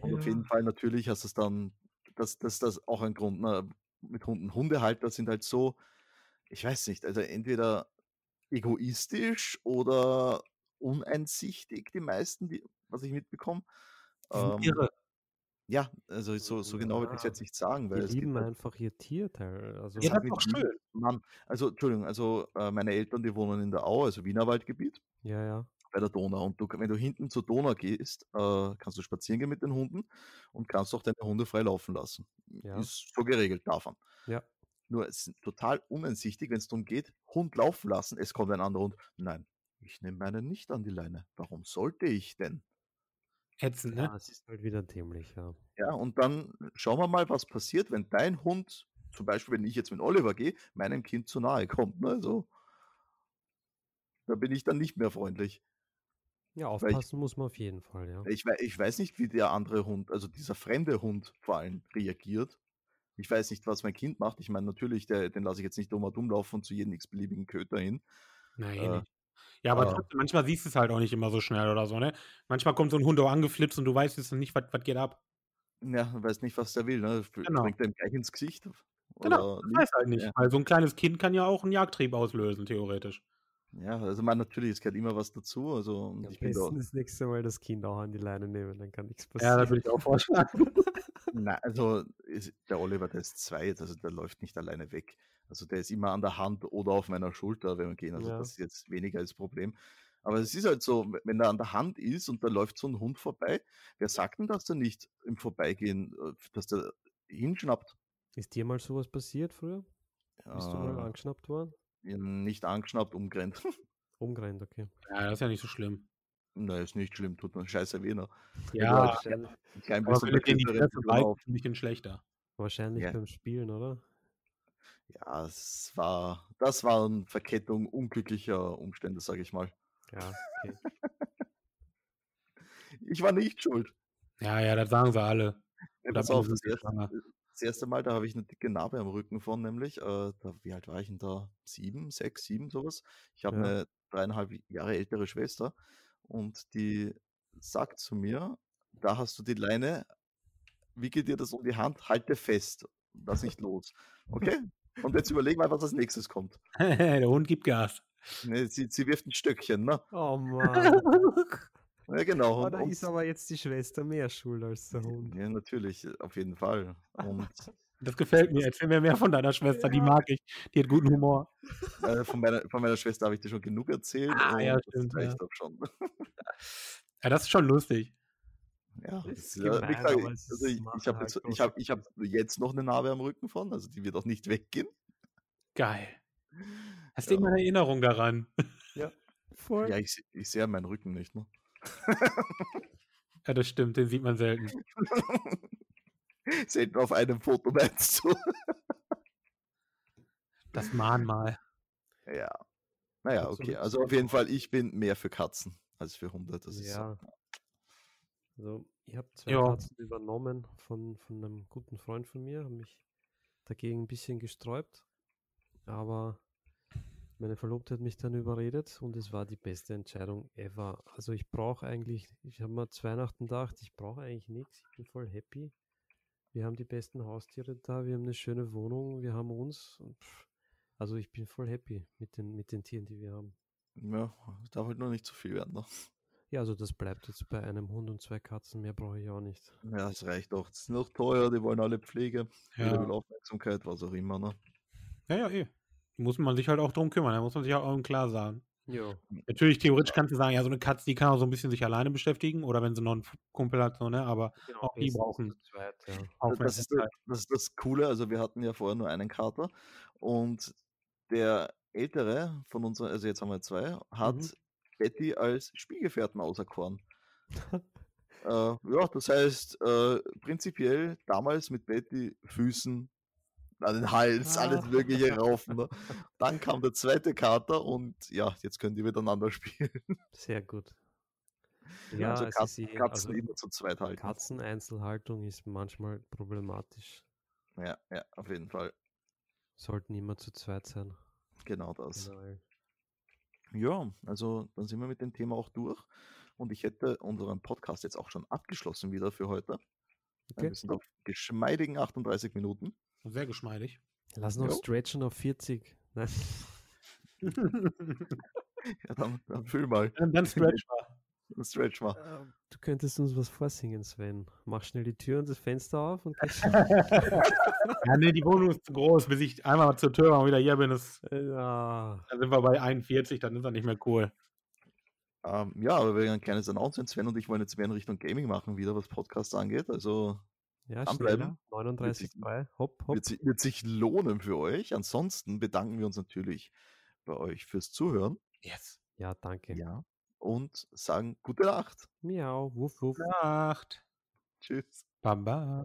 Und auf Ja. jeden Fall natürlich hast du es dann, das, das, das auch ein Grund, ne? mit Hunden. Hundehalter sind halt so, ich weiß nicht, also entweder egoistisch oder uneinsichtig, die meisten, die, was ich mitbekomme. Die sind Ähm, irre. ja, also so, so genau würde ich es Ja. jetzt nicht sagen, weil Die es gibt lieben halt einfach ihr Tierteil. Also Ja, hat das ist mit doch ihm- schön. Mann, also Entschuldigung, also äh, meine Eltern, die wohnen in der Au, also Wienerwaldgebiet, ja, ja. bei der Donau. Und du, wenn du hinten zur Donau gehst, äh, kannst du spazieren gehen mit den Hunden und kannst auch deine Hunde frei laufen lassen. Ja. Ist so geregelt davon. Ja. Nur es ist total uneinsichtig, wenn es darum geht, Hund laufen lassen, es kommt ein anderer Hund. Nein, ich nehme meinen nicht an die Leine. Warum sollte ich denn? Ätzend, ne? Ja, es ist halt wieder dämlich, ja. Ja, und dann schauen wir mal, was passiert, wenn dein Hund, zum Beispiel, wenn ich jetzt mit Oliver gehe, meinem Kind zu nahe kommt. Ne? So. Da bin ich dann nicht mehr freundlich. Ja, Weil ich- aufpassen muss man auf jeden Fall, ja. Ich, wei- ich weiß nicht, wie der andere Hund, also dieser fremde Hund vor allem, reagiert. Ich weiß nicht, was mein Kind macht. Ich meine, natürlich, der, den lasse ich jetzt nicht dumm und umlaufen und zu jedem x-beliebigen Köter hin. Nein, Äh, nicht. Ja, aber äh. trotzdem, manchmal siehst du es halt auch nicht immer so schnell oder so, ne? Manchmal kommt so ein Hund auch angeflipst und du weißt jetzt nicht, was was geht ab. Ja, weiß nicht, was der will. Ne? Sp- Genau. Springt er ihm gleich ins Gesicht? Genau, Oder das weiß halt nicht. Ja. Weil so ein kleines Kind kann ja auch einen Jagdtrieb auslösen, theoretisch. Ja, also man natürlich, es gehört immer was dazu. Also und Am ich bin da, besten das nächste Mal das Kind auch an die Leine nehmen, dann kann nichts Ja, passieren. das würde ich auch vorschlagen. Nein, also ist, der Oliver, der ist zwei, also der läuft nicht alleine weg. Also der ist immer an der Hand oder auf meiner Schulter, wenn wir gehen. Also Ja. das ist jetzt weniger das Problem. Aber es ist halt so, w- wenn er an der Hand ist und da läuft so ein Hund vorbei, wer sagt denn, dass der nicht im Vorbeigehen, äh, dass der hinschnappt? Ist dir mal sowas passiert früher? Bist du mal Äh, angeschnappt worden? ihn nicht angeschnappt, umgrenzt. Umgerannt, okay. Ja, das ist ja nicht so schlimm. Na, ist nicht schlimm, tut man scheiße weh. ne? Ja, Ein klein aber wenn du dir in die blöd Fresse drin auf. beißt, nicht in schlechter. Wahrscheinlich Ja. beim Spielen, oder? Ja, es war, das waren Verkettung unglücklicher Umstände, sage ich mal. Ja, okay. Ich war nicht schuld. Ja, ja, das sagen sie alle. Ja, Oder pass auf, bin das ich erste, schwanger? das erste Mal, da habe ich eine dicke Narbe am Rücken von, nämlich, äh, da, wie alt war ich denn da? Sieben, sechs, sieben, sowas. Ich habe Ja. eine dreieinhalb Jahre ältere Schwester und die sagt zu mir, da hast du die Leine, wickel dir das um die Hand, halte fest, lass nicht los. Okay? Und jetzt überlegen wir, was als nächstes kommt. Der Hund gibt Gas. Ne, sie, sie wirft ein Stöckchen, ne? Oh Mann. Ja, genau. Oh, Und, da und, ist aber jetzt die Schwester mehr schuld als der Hund. ja, natürlich, auf jeden Fall. Und Das gefällt mir. Erzähl mir mehr von deiner Schwester, die mag ich. Die hat guten Humor. Äh, von, meiner, von meiner Schwester habe ich dir schon genug erzählt. Ah, ja, und das stimmt, ja. reicht auch schon. Ja, das ist schon lustig. Ja, Ist das, ja, wie gesagt, ich- gemein, aber es also ich, machen ich habe halt jetzt, ich große hab, ich hab jetzt noch eine Narbe am Rücken von, also die wird auch nicht weggehen. Geil. Hast du Ja. irgendeine Erinnerung daran? Voll. Ja, ich, se- ich sehe meinen Rücken nicht. Ne? Ja, das stimmt, den sieht man selten. Selten auf einem Foto meinst du. Das Mahnmal. Ja. Naja, Kurz okay. zurück Also auf jeden Fall, ich bin mehr für Katzen als für Hunde. Das ist so. ja. Also, ich habe zwei Ja. Katzen übernommen von, von einem guten Freund von mir, habe mich dagegen ein bisschen gesträubt, aber meine Verlobte hat mich dann überredet und es war die beste Entscheidung ever. Also, ich brauche eigentlich, ich habe mir zu Weihnachten gedacht, ich brauche eigentlich nichts, ich bin voll happy. Wir haben die besten Haustiere da, wir haben eine schöne Wohnung, wir haben uns. und Pff, also, ich bin voll happy mit den, mit den Tieren, die wir haben. Ja, darf halt nur nicht zu viel werden. Ne? Ja, also das bleibt jetzt bei einem Hund und zwei Katzen, mehr brauche ich auch nicht. Ja, das reicht auch. Das ist noch teuer, die wollen alle Pflege, jeder will Ja. Aufmerksamkeit, was auch immer. Ne? ja, ja, eh. Muss man sich halt auch drum kümmern. Da muss man sich auch im Klar sein. Ja. Natürlich, theoretisch kannst du sagen, ja, so eine Katze, die kann auch so ein bisschen sich alleine beschäftigen. Oder wenn sie noch einen Kumpel hat, so, ne? Aber Genau, Auch die bestens brauchen- zu zweit, ja. Äh, Das- Das ist, Aufmerksamkeit. das, das ist das Coole. Also wir hatten ja vorher nur einen Kater und der ältere von uns, also jetzt haben wir zwei, hat Mhm. Betty als Spielgefährten auserkoren. äh, ja, das heißt, äh, prinzipiell damals mit Betty Füßen an den Hals, alles Ah. mögliche raufen. Ne? Dann kam der zweite Kater und ja, jetzt können die miteinander spielen. Sehr gut. Ja, also es ist Katzen, eh- Katzen also immer zu zweit halten. Katzeneinzelhaltung ist manchmal problematisch. Ja, ja, auf jeden Fall. Sollten immer zu zweit sein. Genau das. generell. Ja, also dann sind wir mit dem Thema auch durch. Und ich hätte unseren Podcast jetzt auch schon abgeschlossen wieder für heute. Okay. Wir sind auf geschmeidigen 38 Minuten. Sehr geschmeidig. Lass noch Jo. stretchen auf 40. Nein. dann, Ja, dann, dann füll mal, dann stretch mal. dann stretch mal. Ähm, Du könntest uns was vorsingen, Sven. Mach schnell die Tür und das Fenster auf und gehst- Ja, nee, die Wohnung ist zu groß. Bis ich einmal zur Tür war und wieder hier bin, ist, ja. dann sind wir bei 41, dann ist das nicht mehr cool. Ähm, ja, aber wir haben ein kleines Announcement. Sven und ich wollen jetzt mehr in Richtung Gaming machen, wieder was Podcasts angeht. Also ja, Dranbleiben. 39,2. Hopp, hopp. wird, sich- wird sich lohnen für euch. Ansonsten bedanken wir uns natürlich bei euch fürs Zuhören. Yes. Ja, danke. Ja. Und sagen gute Nacht. Miau, wuff, wuff. Nacht. Tschüss. Baba.